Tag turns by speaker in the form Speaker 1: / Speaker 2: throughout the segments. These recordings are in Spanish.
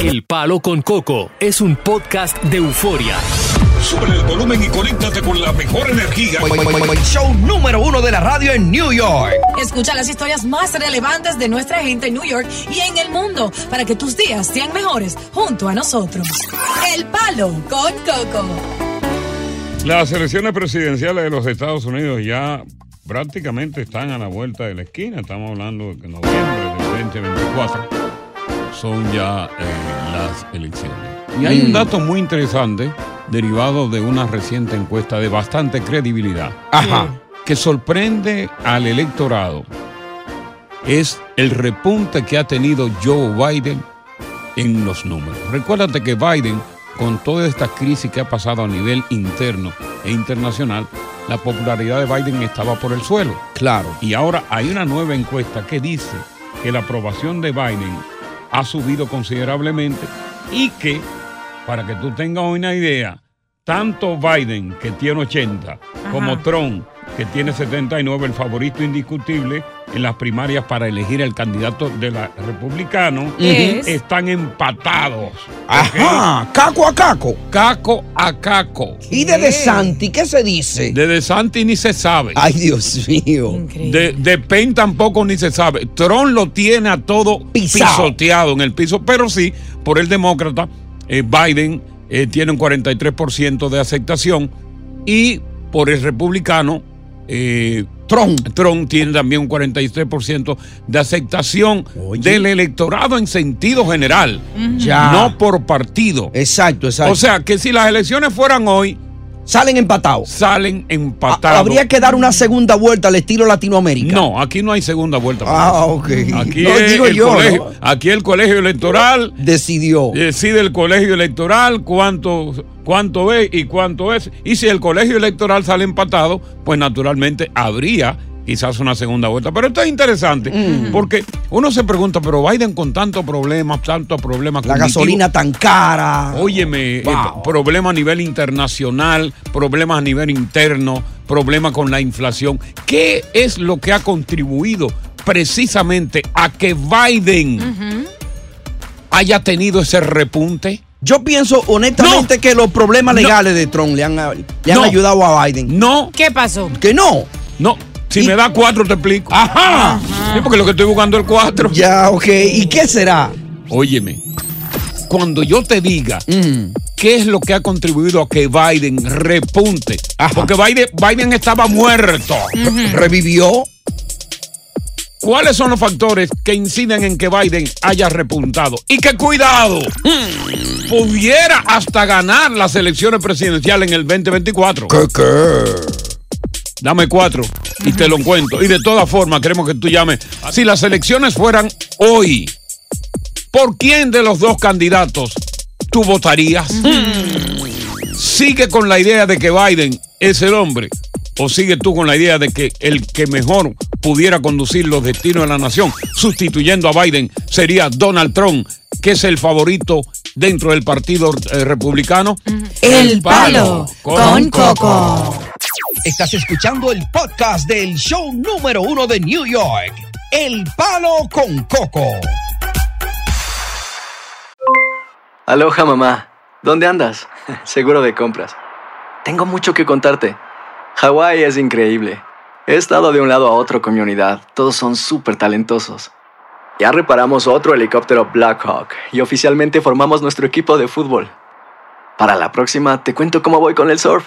Speaker 1: El Palo con Coco es un podcast de euforia.
Speaker 2: Sube el volumen y conéctate con la mejor energía.
Speaker 3: Boy, boy, boy, Show número uno de la radio en New York.
Speaker 4: Escucha las historias más relevantes de nuestra gente en New York y en el mundo para que tus días sean mejores junto a nosotros. El Palo con Coco.
Speaker 5: Las elecciones presidenciales de los Estados Unidos ya prácticamente están a la vuelta de la esquina. Estamos hablando de noviembre del 2024 son ya eh, las elecciones. Y hay un dato muy interesante derivado de una reciente encuesta de bastante credibilidad
Speaker 3: Ajá.
Speaker 5: que sorprende al electorado. Es el repunte que ha tenido Joe Biden en los números. Recuérdate que Biden, con toda esta crisis que ha pasado a nivel interno e internacional, la popularidad de Biden estaba por el suelo.
Speaker 3: Claro.
Speaker 5: Y ahora hay una nueva encuesta que dice que la aprobación de Biden ha subido considerablemente y que, para que tú tengas una idea, tanto Biden, que tiene 80, como Trump, que tiene 79, el favorito indiscutible en las primarias para elegir el candidato de la republicano,
Speaker 4: Es.
Speaker 5: están empatados.
Speaker 3: Ajá. Caco a caco.
Speaker 5: Caco a caco.
Speaker 3: ¿Y de De Santi qué se dice?
Speaker 5: De DeSantis ni se sabe.
Speaker 3: Ay, Dios mío.
Speaker 5: De, de Penn tampoco ni se sabe. Trump lo tiene a todo
Speaker 3: Pisao.
Speaker 5: pisoteado en el piso, pero sí, por el demócrata, eh, Biden eh, tiene un 43% de aceptación y por el republicano, eh,
Speaker 3: Trump.
Speaker 5: Trump tiene también un 43% de aceptación
Speaker 3: Oye.
Speaker 5: del electorado en sentido general,
Speaker 3: Ya.
Speaker 5: no por partido.
Speaker 3: Exacto, exacto.
Speaker 5: O sea, que si las elecciones fueran hoy,
Speaker 3: Salen empatados.
Speaker 5: salen
Speaker 3: Ha-
Speaker 5: empatados.
Speaker 3: Habría que dar una segunda vuelta al estilo Latinoamérica.
Speaker 5: No, aquí no hay segunda vuelta.
Speaker 3: Ah, ok.
Speaker 5: Aquí,
Speaker 3: No,
Speaker 5: es
Speaker 3: digo
Speaker 5: el
Speaker 3: yo,
Speaker 5: colegio,
Speaker 3: ¿no?
Speaker 5: aquí el colegio electoral
Speaker 3: Decidió.
Speaker 5: decide el colegio electoral cuánto, cuánto es y cuánto es. Y si el colegio electoral sale empatado, pues naturalmente habría quizás una segunda vuelta. Pero esto es interesante
Speaker 3: Mm.
Speaker 5: porque uno se pregunta, pero Biden con tantos problemas, tantos problemas.
Speaker 3: La
Speaker 5: cognitivos,
Speaker 3: gasolina tan cara.
Speaker 5: Óyeme, eh,
Speaker 3: Wow.
Speaker 5: problema a nivel internacional, problemas a nivel interno, problema con la inflación. ¿Qué es lo que ha contribuido precisamente a que Biden haya tenido ese repunte?
Speaker 3: Yo pienso honestamente que los problemas
Speaker 5: No.
Speaker 3: legales de Trump le han, le han
Speaker 5: No.
Speaker 3: ayudado a Biden.
Speaker 5: No,
Speaker 4: ¿Qué pasó?
Speaker 3: Que no.
Speaker 5: no. Si
Speaker 3: Y-
Speaker 5: me da cuatro, te explico. Ajá. Sí, porque lo que estoy buscando es el cuatro.
Speaker 3: Ya, ok. ¿Y qué será?
Speaker 5: Óyeme, cuando yo te diga
Speaker 3: Mm.
Speaker 5: qué es lo que ha contribuido a que Biden repunte, porque Biden, Biden estaba muerto.
Speaker 3: ¿Revivió?
Speaker 5: ¿Cuáles son los factores que inciden en que Biden haya repuntado? Y que cuidado, pudiera hasta ganar las elecciones presidenciales en el 2024.
Speaker 3: ¿Qué, qué?
Speaker 5: Dame cuatro y te lo cuento. Y de todas formas, queremos que tú llames. Si las elecciones fueran hoy, ¿por quién de los dos candidatos tú votarías? ¿Sigue con la idea de que Biden es el hombre? ¿O sigue tú con la idea de que el que mejor pudiera conducir los destinos de la nación, sustituyendo a Biden, sería Donald Trump, que es el favorito dentro del Partido eh, Republicano?
Speaker 4: El Palo con Coco.
Speaker 3: Estás escuchando el podcast del show número uno de New York, El Palo con Coco.
Speaker 6: Aloha mamá, ¿dónde andas? Seguro de compras. Tengo mucho que contarte. Hawái es increíble. He estado de un lado a otro con mi unidad. Todos son súper talentosos. Ya reparamos otro helicóptero Blackhawk y oficialmente formamos nuestro equipo de fútbol. Para la próxima te cuento cómo voy con el surf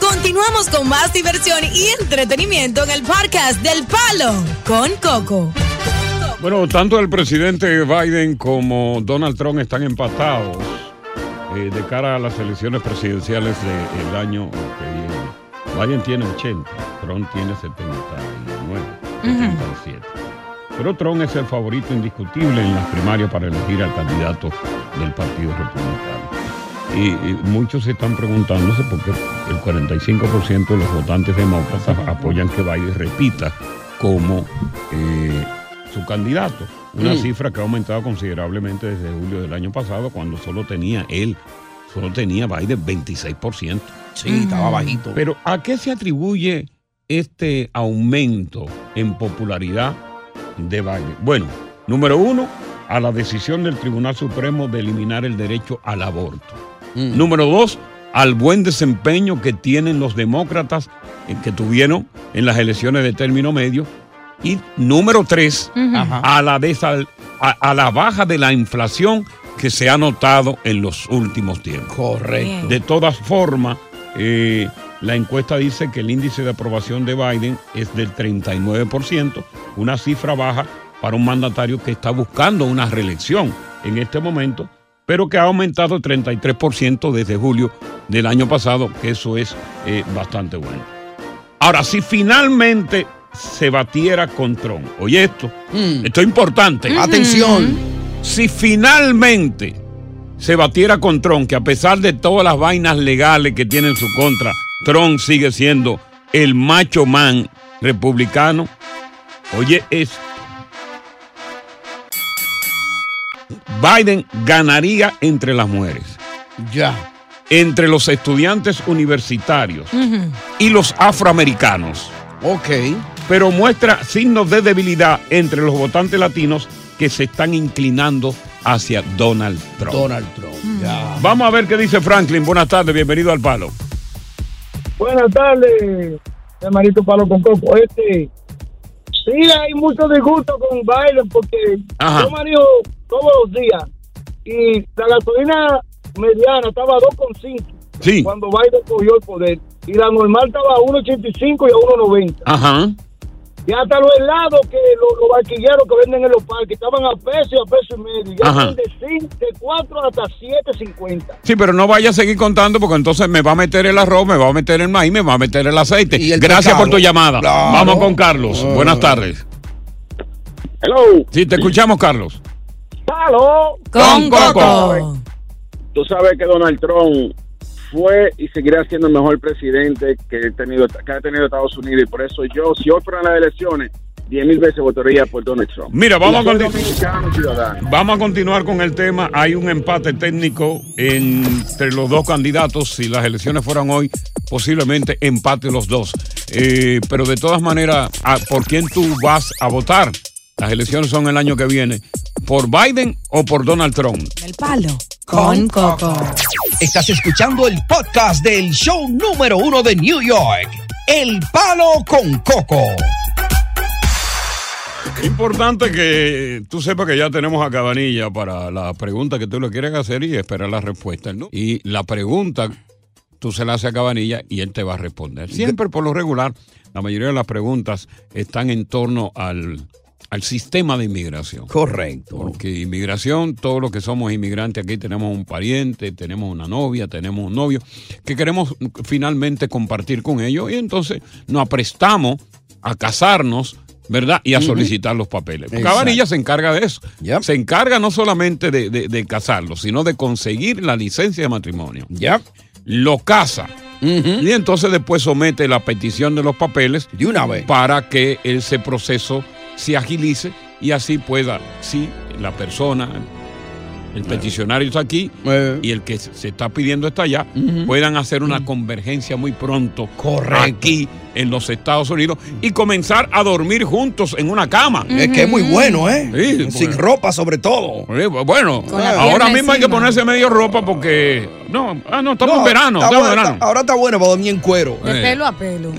Speaker 4: Continuamos con más diversión y entretenimiento en el podcast del Palo con Coco.
Speaker 5: Bueno, tanto el presidente Biden como Donald Trump están empatados eh, de cara a las elecciones presidenciales del año que viene. Biden tiene 80, Trump tiene 79, 77. Pero Trump es el favorito indiscutible en las primarias para elegir al candidato del Partido Republicano. Y, y muchos se están preguntándose por qué el 45% de los votantes demócratas apoyan que Biden repita como eh, su candidato. Una
Speaker 7: Mm.
Speaker 5: cifra que ha aumentado considerablemente desde julio del año pasado, cuando solo tenía él, solo tenía Biden 26%.
Speaker 3: Sí, estaba bajito.
Speaker 5: Pero ¿a qué se atribuye este aumento en popularidad de Biden? Bueno, número uno, a la decisión del Tribunal Supremo de eliminar el derecho al aborto.
Speaker 3: Mm.
Speaker 5: Número dos, al buen desempeño que tienen los demócratas eh, que tuvieron en las elecciones de término medio. Y número tres,
Speaker 7: Ujú. Ajá.
Speaker 5: a, la desal- a- a la baja de la inflación que se ha notado en los últimos tiempos.
Speaker 3: Correcto.
Speaker 5: De todas formas, eh, la encuesta dice que el índice de aprobación de Biden es del 39%, una cifra baja para un mandatario que está buscando una reelección en este momento, pero que ha aumentado 33% desde julio del año pasado, que eso es eh, bastante bueno. Ahora, si finalmente se batiera con Trump, oye esto, esto es importante.
Speaker 3: Atención.
Speaker 5: Si finalmente se batiera con Trump, que a pesar de todas las vainas legales que tiene en su contra, Trump sigue siendo el macho man republicano. Oye, es. Biden ganaría entre las mujeres.
Speaker 3: Ya.
Speaker 5: Entre los estudiantes universitarios y los afroamericanos.
Speaker 3: Ok.
Speaker 5: Pero muestra signos de debilidad entre los votantes latinos que se están inclinando hacia Donald Trump.
Speaker 3: Donald Trump. Ya.
Speaker 5: Vamos a ver qué dice Franklin. Buenas tardes, bienvenido al palo.
Speaker 8: Buenas tardes, hermanito Palo con Coco. Este, sí, hay mucho disgusto con Biden porque
Speaker 5: Ajá.
Speaker 8: yo manejo todos los días y la gasolina mediana estaba a 2,5
Speaker 5: Sí.
Speaker 8: cuando Biden cogió el poder y la normal estaba a 1,85 y a 1,90.
Speaker 5: Ajá.
Speaker 8: Y hasta los helados que los, los barquilleros que venden en los parques estaban a peso y a peso y medio. Ya
Speaker 5: Ajá.
Speaker 8: están de, cin- de 4 hasta 7,50.
Speaker 5: Sí, pero no vaya a seguir contando porque entonces me va a meter el arroz, me va a meter el maíz, me va a meter el aceite. Gracias por tu
Speaker 7: pescado.
Speaker 5: llamada.
Speaker 7: Claro. Ah.
Speaker 5: Vamos con Carlos. Buenas tardes.
Speaker 9: Hello.
Speaker 5: Sí, te escuchamos, Carlos.
Speaker 9: ¡Palo!
Speaker 5: Con Coco.
Speaker 9: Tú sabes que Donald Trump fue y seguirá siendo el mejor presidente que, he tenido, que ha tenido Estados Unidos. Y por eso yo, si hoy fueran las elecciones, 10 mil veces votaría por Donald Trump.
Speaker 5: Mira, vamos
Speaker 9: Y soy
Speaker 5: a continuar.
Speaker 9: dominicano ciudadano.
Speaker 5: Vamos a continuar con el tema. Hay un empate técnico entre los dos candidatos. Si las elecciones fueran hoy, posiblemente empate los dos. Eh, pero de todas maneras, ¿a- ¿por quién tú vas a votar? Las elecciones son el año que viene. ¿Por Biden o por Donald Trump?
Speaker 4: El Palo con Coco.
Speaker 3: Estás escuchando el podcast del show número uno de New York, El Palo con Coco.
Speaker 5: Importante que tú sepas que ya tenemos a Cabanilla para la pregunta que tú le quieres hacer y esperar la respuesta. ¿no? Y la pregunta tú se la haces a Cabanilla y él te va a responder. Siempre por lo regular, la mayoría de las preguntas están en torno al, al sistema de inmigración.
Speaker 3: Correcto.
Speaker 5: Porque inmigración, todos los que somos inmigrantes aquí tenemos un pariente, tenemos una novia, tenemos un novio, que queremos finalmente compartir con ellos y entonces nos aprestamos a casarnos. ¿Verdad? Y a
Speaker 7: Ujú.
Speaker 5: solicitar los papeles. Porque
Speaker 7: Exacto.
Speaker 5: Avarilla se encarga de eso. Se encarga no solamente de, de- de casarlos, sino de conseguir la licencia de matrimonio. Lo casa. Y entonces después somete la petición de los papeles. De una vez. Para que ese proceso se agilice y así pueda, sí, la persona, el peticionario está aquí
Speaker 3: Eh.
Speaker 5: y el que se está pidiendo está allá, puedan hacer una convergencia muy pronto aquí en los Estados Unidos y comenzar a dormir juntos en una cama.
Speaker 3: Es que es muy bueno, ¿eh?
Speaker 5: Sí,
Speaker 3: Sin ropa, sobre todo.
Speaker 5: bueno,
Speaker 3: Con la
Speaker 5: ahora
Speaker 3: pierna
Speaker 5: mismo hay que
Speaker 3: encima.
Speaker 5: ponerse medio ropa porque... No, ah, no, estamos
Speaker 3: No,
Speaker 5: en verano,
Speaker 3: está
Speaker 5: estamos en
Speaker 3: bueno,
Speaker 5: verano.
Speaker 3: está- ahora está bueno para dormir en cuero.
Speaker 4: De pelo a pelo.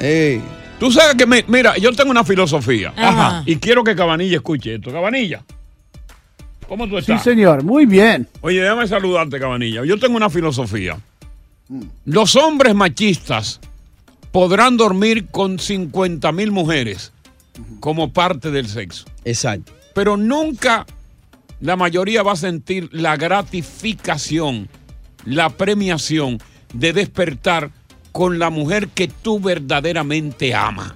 Speaker 5: Tú sabes que, me- mira, yo tengo una filosofía.
Speaker 4: Ajá.
Speaker 5: Y quiero que Cabanilla escuche esto. Cabanilla, ¿cómo tú
Speaker 10: Sí,
Speaker 5: estás?
Speaker 10: señor, muy bien.
Speaker 5: Oye, déjame saludarte, Cabanilla. Yo tengo una filosofía. Los hombres machistas podrán dormir con 50 mil mujeres como parte del sexo.
Speaker 3: Exacto.
Speaker 5: Pero nunca la mayoría va a sentir la gratificación, la premiación de despertar con la mujer que tú verdaderamente amas.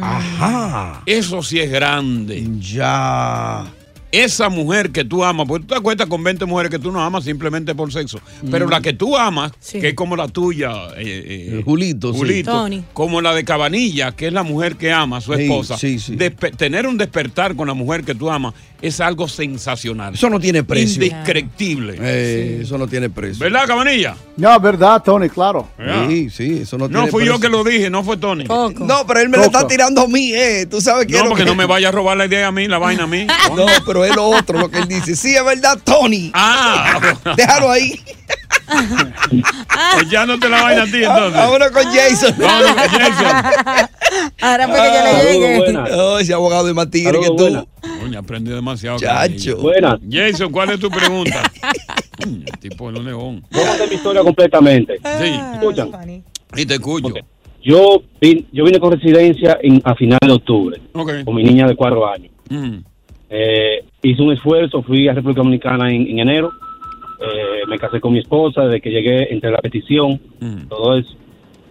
Speaker 3: Ah. Ajá.
Speaker 5: Eso sí es grande. Ya. Esa mujer que tú amas, porque tú te acuestas con 20 mujeres que tú no amas simplemente por sexo, pero
Speaker 3: Mm.
Speaker 5: la que tú amas,
Speaker 3: Sí.
Speaker 5: que es como la tuya, eh, eh,
Speaker 3: Julito, sí.
Speaker 5: Julito,
Speaker 3: Tony.
Speaker 5: como la de Cabanilla, que es la mujer que ama, su
Speaker 3: Sí,
Speaker 5: esposa,
Speaker 3: sí, sí.
Speaker 5: despe- tener un despertar con la mujer que tú amas es algo sensacional.
Speaker 3: Eso no tiene precio.
Speaker 5: Indescriptible.
Speaker 3: Eh, Eso no tiene precio.
Speaker 5: ¿Verdad, Cabanilla?
Speaker 10: No, verdad, Tony, claro.
Speaker 3: Sí, sí, eso no,
Speaker 5: No
Speaker 3: tiene
Speaker 5: fui yo
Speaker 3: precio.
Speaker 5: que lo dije, no fue Tony.
Speaker 3: No, pero él me lo
Speaker 5: Coco.
Speaker 3: está tirando a mí, ¿eh? Tú sabes que
Speaker 5: No,
Speaker 3: es lo
Speaker 5: porque
Speaker 3: que-
Speaker 5: no me vaya a robar la idea a mí, la vaina a mí.
Speaker 3: No, pero es lo otro, lo que él dice. Sí, es verdad, Tony.
Speaker 5: Ah.
Speaker 3: Déjalo ahí.
Speaker 5: Pues ya no te la vaina a ti, entonces.
Speaker 3: Ahora Ah, con Jason.
Speaker 5: Vámonos con Jason.
Speaker 4: Ahora
Speaker 3: porque
Speaker 5: ya le llegué.
Speaker 3: ese abogado es más tigre que tú.
Speaker 5: Coño, aprendí demasiado.
Speaker 3: Chacho.
Speaker 5: Cabanilla.
Speaker 3: Buenas.
Speaker 5: Jason, ¿cuál es tu pregunta? Coño, el tipo de león.
Speaker 11: Voy a contar mi historia completamente.
Speaker 5: Sí.
Speaker 11: Escuchan.
Speaker 5: Y te escucho.
Speaker 11: Yo, vin- yo vine con residencia en- a final de octubre
Speaker 5: Ok.
Speaker 11: con mi niña de cuatro años.
Speaker 5: Mm.
Speaker 11: Eh, hice un esfuerzo, fui a República Dominicana en, en enero. Eh, me casé con mi esposa desde que llegué entre la petición, todo eso.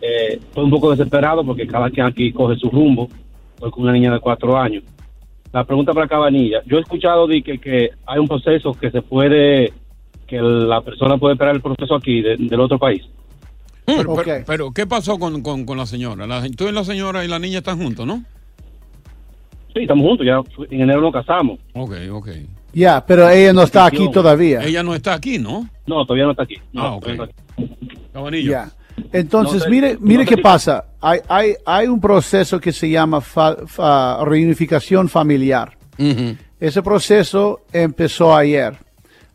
Speaker 11: Eh, fue un poco desesperado porque cada quien aquí coge su rumbo. Fue con una niña de cuatro años. La pregunta para Cabanilla. Yo he escuchado de que, que hay un proceso que se puede, que la persona puede esperar el proceso aquí de- del otro país.
Speaker 5: Pero, pero- pero, ¿qué pasó con, con- con la señora? La- tú y la señora y la niña están juntos, ¿no?
Speaker 11: Sí, estamos juntos, ya fu- en enero nos casamos.
Speaker 5: Ok, ok.
Speaker 10: Ya, pero ella no está aquí todavía.
Speaker 5: Ella no está aquí, ¿no?
Speaker 11: No, todavía no está aquí.
Speaker 5: ah, ok. Cabanillo.
Speaker 10: Ya. Entonces,
Speaker 5: No te-
Speaker 10: mire,
Speaker 5: no
Speaker 10: mire
Speaker 5: te
Speaker 10: qué
Speaker 5: digo.
Speaker 10: pasa. Hay, hay, hay un proceso que se llama fa- fa- reunificación familiar. Ese proceso empezó ayer.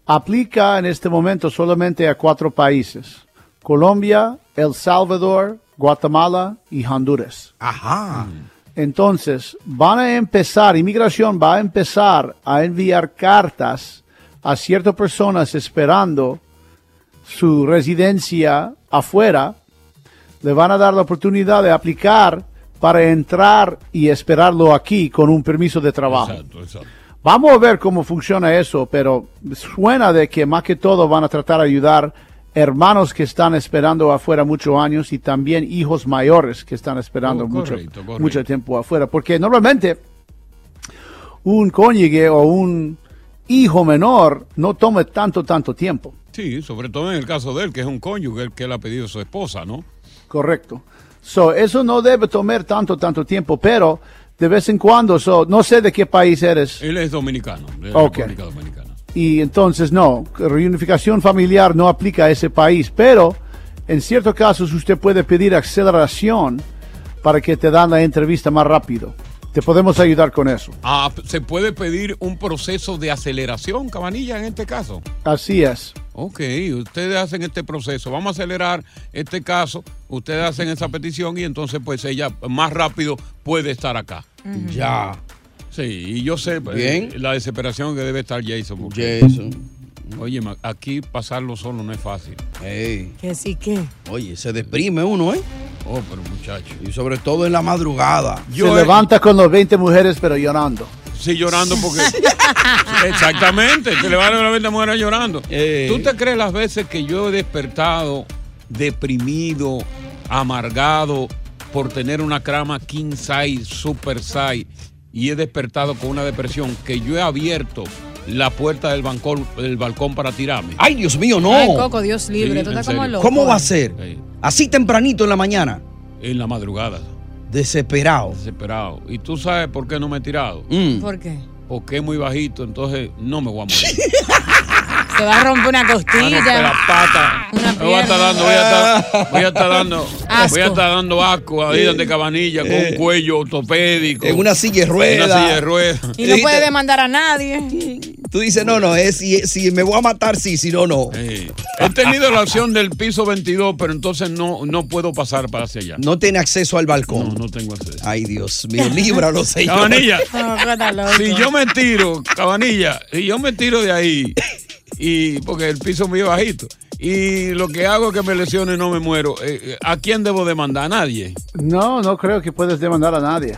Speaker 10: Aplica en este momento solamente a cuatro países. Colombia, El Salvador, Guatemala y Honduras.
Speaker 3: Ajá.
Speaker 10: Entonces, van a empezar, inmigración va a empezar a enviar cartas a ciertas personas esperando su residencia afuera. Le van a dar la oportunidad de aplicar para entrar y esperarlo aquí con un permiso de trabajo. Vamos a ver cómo funciona eso, pero suena de que más que todo van a tratar de ayudar hermanos que están esperando afuera muchos años y también hijos mayores que están esperando
Speaker 5: Oh,
Speaker 10: mucho,
Speaker 5: correcto, correcto.
Speaker 10: mucho tiempo afuera. Porque normalmente un cónyuge o un hijo menor no tome tanto, tanto tiempo.
Speaker 5: Sí, sobre todo en el caso de él, que es un cónyuge el que él ha pedido a su esposa, ¿no?
Speaker 10: Correcto. So, eso no debe tomar tanto, tanto tiempo, pero de vez en cuando, so, no sé de qué país eres.
Speaker 5: Él es dominicano. de la
Speaker 10: Ok.
Speaker 5: República Dominicana.
Speaker 10: Y entonces no, reunificación familiar no aplica a ese país, pero en ciertos casos usted puede pedir aceleración para que te dan la entrevista más rápido. Te podemos ayudar con eso.
Speaker 5: Ah, ¿Se puede pedir un proceso de aceleración, Cabanilla, en este caso?
Speaker 10: Así es.
Speaker 5: Ok, ustedes hacen este proceso. Vamos a acelerar este caso. Ustedes hacen esa petición y entonces, pues, ella más rápido puede estar acá.
Speaker 8: 哎
Speaker 3: Ya.
Speaker 5: Sí, y yo sé eh,
Speaker 3: Bien.
Speaker 5: la desesperación que debe estar Jason. porque-
Speaker 3: Jason.
Speaker 5: Oye, ma- aquí pasarlo solo no es fácil.
Speaker 4: Que sí que.
Speaker 3: Oye, se deprime uno, ¿eh?
Speaker 5: Oh, pero muchacho.
Speaker 3: Y sobre todo en la madrugada.
Speaker 10: Se levanta con los 20 mujeres pero llorando.
Speaker 5: Sí, llorando porque. Exactamente, te le van a la venta muera llorando. ¿Tú te crees las veces que yo he despertado deprimido, amargado por tener una crama king size, super size y he despertado con una depresión que yo he abierto la puerta del balcón, el balcón para tirarme?
Speaker 3: Ay, Dios mío, no.
Speaker 4: Ay, Coco, Dios libre.
Speaker 5: Sí,
Speaker 4: tú
Speaker 5: en
Speaker 4: estás como
Speaker 5: serio.
Speaker 4: loco.
Speaker 3: ¿Cómo va a ser? Así tempranito en la mañana.
Speaker 5: En la madrugada.
Speaker 3: Desesperado. Mm.
Speaker 5: Desesperado. ¿Y tú sabes por qué no me he tirado?
Speaker 4: ¿Por qué?
Speaker 5: Porque es muy bajito, entonces no me voy a morir.
Speaker 4: Se va a romper una
Speaker 5: Van a romper la
Speaker 4: costilla.
Speaker 5: pata. Me voy a estar dando, voy a estar, voy a estar dando,
Speaker 4: Asco.
Speaker 5: voy a estar dando asco ahí donde cabanilla con un cuello ortopédico. En
Speaker 3: Eh. una silla de
Speaker 5: En
Speaker 3: ruedas.
Speaker 5: una silla de ruedas.
Speaker 4: Y no puede demandar a nadie.
Speaker 3: Tú dices, no, no, es si, si me voy a matar, sí, si no, no.
Speaker 5: He tenido la opción del piso 22, pero entonces no, no puedo pasar para hacia allá.
Speaker 3: No tiene acceso al balcón.
Speaker 5: No, no tengo acceso.
Speaker 3: Ay, Dios mío, líbralo, señor.
Speaker 5: Cabanilla,
Speaker 4: No, está loco.
Speaker 5: si yo me tiro, cabanilla, si yo me tiro de ahí, y porque el piso es muy bajito, y lo que hago es que me lesione y no me muero, eh, ¿a quién debo demandar? A nadie.
Speaker 10: No, no creo que puedes demandar a nadie.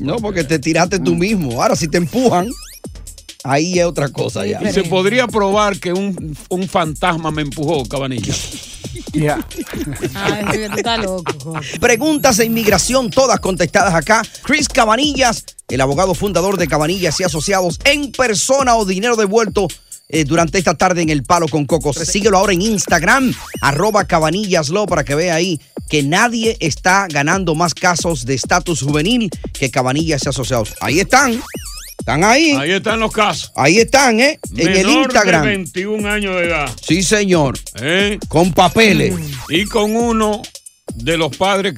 Speaker 3: No, porque te tiraste tú mismo. Ahora, si te empujan, ahí es otra cosa ya.
Speaker 5: Y se podría probar que un, un fantasma me empujó, cabanilla.
Speaker 10: Ya.
Speaker 4: Ay, sí, tú estás loco. Coco.
Speaker 3: Preguntas de inmigración, todas contestadas acá. Chris Cabanillas, el abogado fundador de Cabanillas y Asociados, en persona o dinero devuelto eh, durante esta tarde en El Palo con Coco. Síguelo ahora en Instagram, arroba cabanillaslo, para que vea ahí que nadie está ganando más casos de estatus juvenil que Cabanillas y Asociados. Ahí están. Están ahí.
Speaker 5: Ahí están los casos.
Speaker 3: Ahí están, ¿eh? en el
Speaker 5: Menor
Speaker 3: Instagram.
Speaker 5: De 21 años de edad.
Speaker 3: Sí, señor.
Speaker 5: ¿eh?
Speaker 3: Con papeles.
Speaker 5: Y con uno de los padres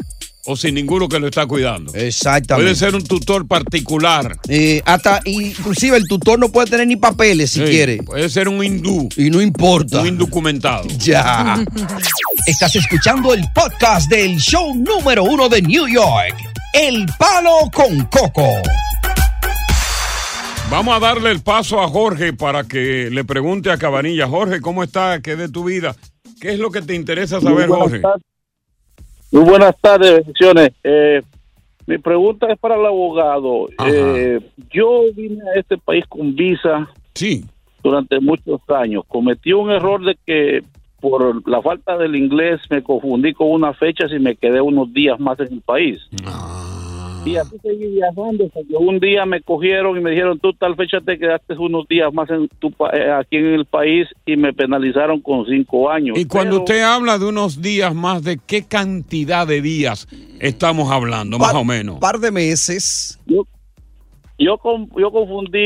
Speaker 5: o sin ninguno que lo está
Speaker 3: Eh.
Speaker 5: cuidando.
Speaker 3: Exactamente.
Speaker 5: Eh, Puede ser un tutor particular.
Speaker 3: Eh, hasta inclusive el tutor no puede tener ni papeles si
Speaker 5: Sí,
Speaker 3: quiere.
Speaker 5: Puede ser un hindú.
Speaker 3: Y no importa.
Speaker 5: Un indocumentado.
Speaker 3: Ya. Estás escuchando el podcast del show número uno de New York, El Palo con Coco.
Speaker 5: Vamos a darle el paso a Jorge para que le pregunte a Cabanilla. Jorge, ¿cómo está? ¿Qué es de tu vida? ¿Qué es lo que te interesa saber,
Speaker 7: buenas
Speaker 5: Jorge?
Speaker 7: tardes. Muy buenas tardes, secciones. Eh, mi pregunta es para el abogado. Eh, yo vine a este país con visa
Speaker 5: sí.
Speaker 7: durante muchos años. Cometí un error de que por la falta del inglés me confundí con unas fechas y me quedé unos días más en el país. Y así seguí viajando hasta que un día me cogieron y me dijeron, tú tal fecha te quedaste unos días más en tu pa- eh, aquí en el país y me penalizaron con cinco años.
Speaker 5: Y cuando
Speaker 7: Pero-
Speaker 5: usted habla de unos días más, ¿de qué cantidad de días estamos hablando, más o menos?
Speaker 3: Par de meses.
Speaker 7: Yo, con- yo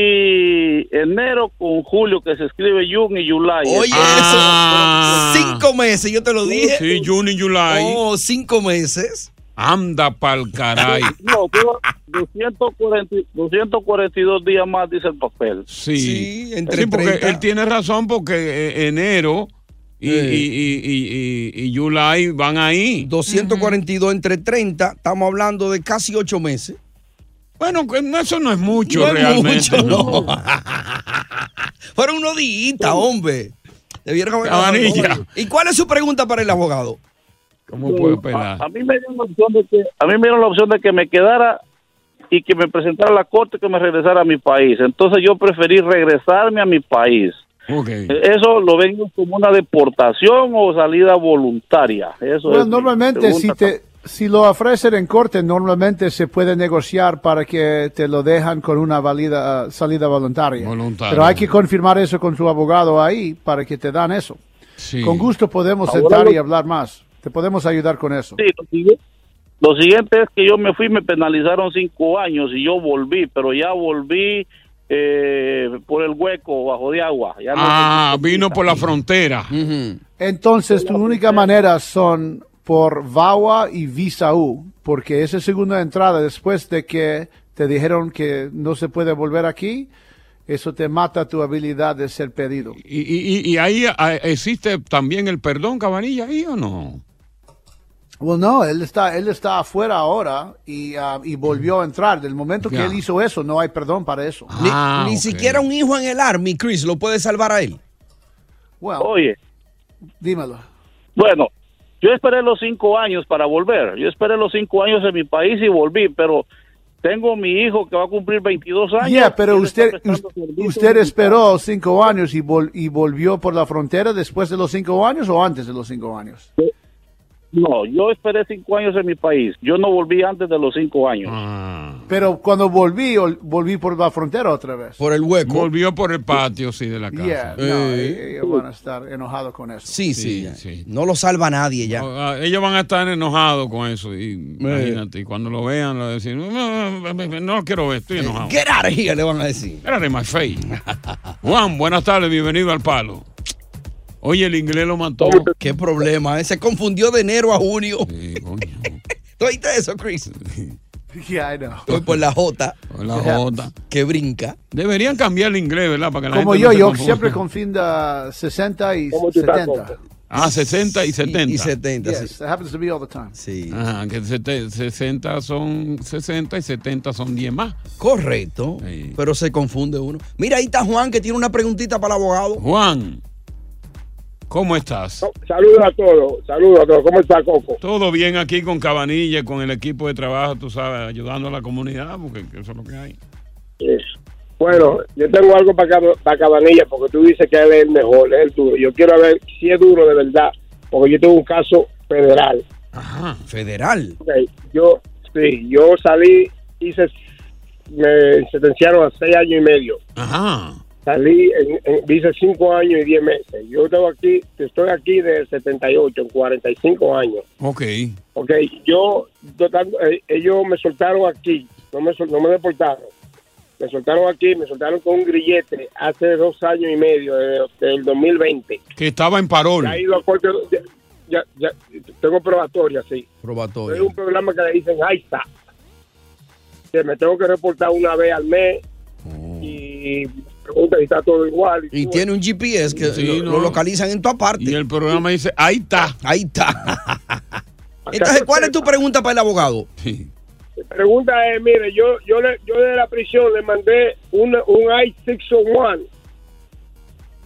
Speaker 7: confundí enero con julio, que se escribe June y July. Oh,
Speaker 3: Oye,
Speaker 5: Ah.
Speaker 3: eso. Cinco meses, yo te lo dije.
Speaker 5: Sí, June y July.
Speaker 3: Oh, cinco meses.
Speaker 5: Anda pa'l caray.
Speaker 7: No, fueron 240 242 días más, dice el papel.
Speaker 5: Sí, Sí, porque él tiene razón porque eh, enero y, y- y- y- y- y July van ahí.
Speaker 3: 242 entre 30, estamos hablando de casi ocho meses.
Speaker 5: Bueno, que no- eso no es mucho
Speaker 3: No es
Speaker 5: realmente.
Speaker 3: mucho, no. Fueron unos días, hombre. Debieron haber-
Speaker 5: Cabanilla.
Speaker 3: ¿Y cuál es su pregunta para el abogado?
Speaker 5: ¿Cómo puede pelar?
Speaker 7: A, a mí me dieron la opción de que a mí me dieron la opción de que me quedara y que me presentara a la corte que me regresara a mi país. Entonces yo preferí regresarme a mi país. Eh, Eso lo ven como una deportación o salida voluntaria. Eso
Speaker 10: Bueno,
Speaker 7: es mi
Speaker 10: normalmente si
Speaker 7: pregunta.
Speaker 10: te si lo ofrecen en corte, normalmente se puede negociar para que te lo dejan con una valida, eh, salida voluntaria.
Speaker 5: Voluntaria.
Speaker 10: Pero hay que confirmar eso con su abogado ahí para que te dan eso.
Speaker 5: Sí.
Speaker 10: Con gusto podemos
Speaker 7: Ahora
Speaker 10: sentar
Speaker 7: lo-
Speaker 10: y hablar más. Te podemos ayudar con eso.
Speaker 7: Sí, lo siguiente, lo siguiente es que yo me fui, me penalizaron cinco años y yo volví, pero ya volví eh, por el hueco bajo de agua. Ya no
Speaker 5: Ah, vino por la frontera.
Speaker 10: Entonces, tu única manera son por VAWA y Visa U, porque esa segunda entrada, después de que te dijeron que no se puede volver aquí, eso te mata tu habilidad de ser pedido.
Speaker 5: Y, y- y- y ahí ah, existe también el perdón, Cabanilla, ahí o no?
Speaker 10: Bueno, no, él está, él está afuera ahora y, ah, y volvió a entrar. Del momento que
Speaker 5: Ya.
Speaker 10: él hizo eso, no hay perdón para eso.
Speaker 3: Ni,
Speaker 5: Ah,
Speaker 3: ni siquiera un hijo en el Army, Chris, lo puede salvar a él.
Speaker 10: Bueno,
Speaker 7: Oye,
Speaker 10: dímelo.
Speaker 7: Bueno, yo esperé los cinco años para volver. Yo esperé los cinco años en mi país y volví, pero te- Tengo mi hijo que va a cumplir 22 años.
Speaker 10: Yeah, pero
Speaker 7: y él está
Speaker 10: usted,
Speaker 7: prestando
Speaker 10: us-
Speaker 7: servicio
Speaker 10: usted
Speaker 7: militar.
Speaker 10: esperó cinco años y, vol- y volvió por la frontera después de los cinco años o antes de los cinco años.
Speaker 7: No, yo esperé cinco años en mi país. Yo no volví antes de los cinco años.
Speaker 10: Pero cuando volví, ol- volví por la frontera otra vez.
Speaker 3: Por el hueco. Eh.
Speaker 5: Volvió por el patio, sí, de la casa.
Speaker 10: Yeah, no, e- ellos van a estar enojados con eso.
Speaker 3: Sí, sí. No lo salva nadie ya.
Speaker 5: Ah, Ellos van a estar enojados con eso. Y,
Speaker 3: Eh.
Speaker 5: imagínate, y cuando lo vean, le van a decir, no, no, no, no quiero ver, estoy enojado.
Speaker 3: Eh, Get out of here, le van a decir.
Speaker 5: Get out of my face. Juan, buenas tardes, bienvenido al palo. Oye, el inglés lo mató.
Speaker 3: Qué problema, eh, se confundió de enero a junio. ¿Tú oíste eso, Chris?
Speaker 10: Yeah, I know.
Speaker 3: Voy por la J.
Speaker 5: La J.
Speaker 3: Que brinca.
Speaker 5: Deberían cambiar el inglés, ¿verdad? Para que la
Speaker 10: Como
Speaker 5: gente
Speaker 10: yo,
Speaker 5: no se
Speaker 10: yo
Speaker 5: confunda.
Speaker 10: siempre confinda 60 y
Speaker 5: ¿Cómo tú estás,
Speaker 10: 70.
Speaker 5: Ah, 60 y 70.
Speaker 3: y 70, sí.
Speaker 10: Yes, that happens to me all the time.
Speaker 3: Sí.
Speaker 5: Ajá, que sete- 60 son 60 y 70 son 10 más.
Speaker 3: Correcto. Pero se confunde uno. Mira, ahí está Juan que tiene una preguntita para el abogado.
Speaker 5: Juan, ¿cómo estás?
Speaker 12: Saludos a todos, saludos a todos. ¿Cómo está Coco?
Speaker 5: Todo bien aquí con Cabanilla, con el equipo de trabajo, tú sabes, ayudando a la comunidad, porque eso es lo que hay.
Speaker 12: Eh, Bueno, yo tengo algo para, Cab- para Cabanilla, porque tú dices que él es el mejor, es el duro. Yo quiero ver si es duro de verdad, porque yo tengo un caso federal.
Speaker 5: Ah.
Speaker 3: Federal.
Speaker 12: Ok, Yo, sí, yo salí, hice, me sentenciaron a seis años y medio.
Speaker 5: Ajá.
Speaker 12: Salí, en, en- hice cinco años y diez meses. Yo tengo aquí, estoy aquí desde el 78, en 45 años.
Speaker 5: Ok.
Speaker 12: Ok, yo, total, eh, ellos me soltaron aquí, no me, sol- no me deportaron. Me soltaron aquí, me soltaron con un grillete hace dos años y medio, de- del 2020.
Speaker 5: Que estaba en parol.
Speaker 12: Ya he ido a corte, ya, ya- ya- tengo probatoria, sí.
Speaker 3: Probatoria.
Speaker 12: Es un programa que le dicen AISA, que me tengo que reportar una vez al mes y pregunta si está todo igual.
Speaker 3: Oh. Y tiene un GPS que lo, lo localizan en tu parte. Y
Speaker 5: el programa dice, ahí está.
Speaker 3: Ahí está. Entonces, ¿cuál es tu pregunta para el abogado?
Speaker 12: Mi pregunta es, mire, yo yo le, yo de la prisión le mandé un, un I-601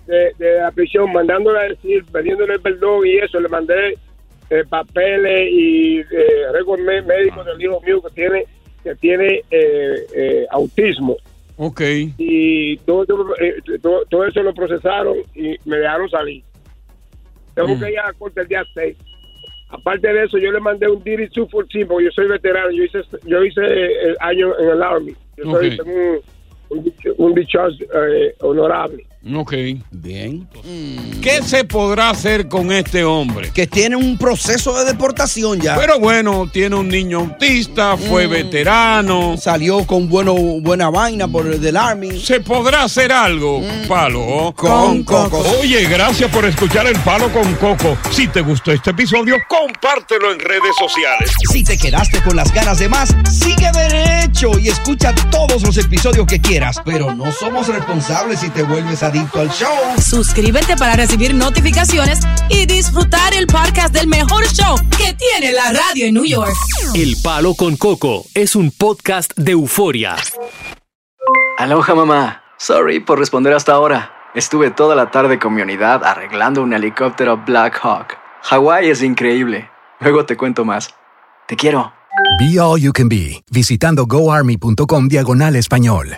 Speaker 12: de, de la prisión, mandándole a decir, pidiéndole perdón y eso, le mandé eh, papeles y eh, récord mé- médico del hijo mío que tiene que tiene eh, eh, autismo.
Speaker 5: Ok.
Speaker 12: Y todo, eso- eh, todo, todo eso lo procesaron y me dejaron salir. Tengo
Speaker 5: Mm.
Speaker 12: que ir a la corte el día 6. Aparte de eso, yo le mandé un Diri 214 porque yo soy veterano. Yo hice, yo hice eh, el año en el Army. Yo soy
Speaker 5: Ok.
Speaker 12: tengo un, un, discharge- un discharge eh, honorable.
Speaker 5: Ok. Bien. ¿Qué se podrá hacer con este hombre?
Speaker 3: Que tiene un proceso de deportación ya. Mm.
Speaker 5: Pero bueno, tiene un niño autista, fue veterano.
Speaker 3: Salió con bueno, buena vaina por el del Army. Mm.
Speaker 5: ¿Se podrá hacer algo, Palo? Con Coco.
Speaker 2: Oye, gracias por escuchar El Palo con Coco. Si te gustó este episodio, compártelo en redes sociales.
Speaker 3: Si te quedaste con las ganas de más, sigue derecho y escucha todos los episodios que quieras. Pero no somos responsables si te vuelves adicto al show.
Speaker 4: Suscríbete para recibir notificaciones y disfrutar el podcast del mejor show que tiene la radio en New York.
Speaker 1: El Palo con Coco es un podcast de euforia.
Speaker 6: Aloha mamá. Sorry por responder hasta ahora. Estuve toda la tarde con mi unidad arreglando un helicóptero Black Hawk. Hawái es increíble. Luego te cuento más. Te quiero.
Speaker 13: Be All You Can Be, visitando goarmy.com diagonal español.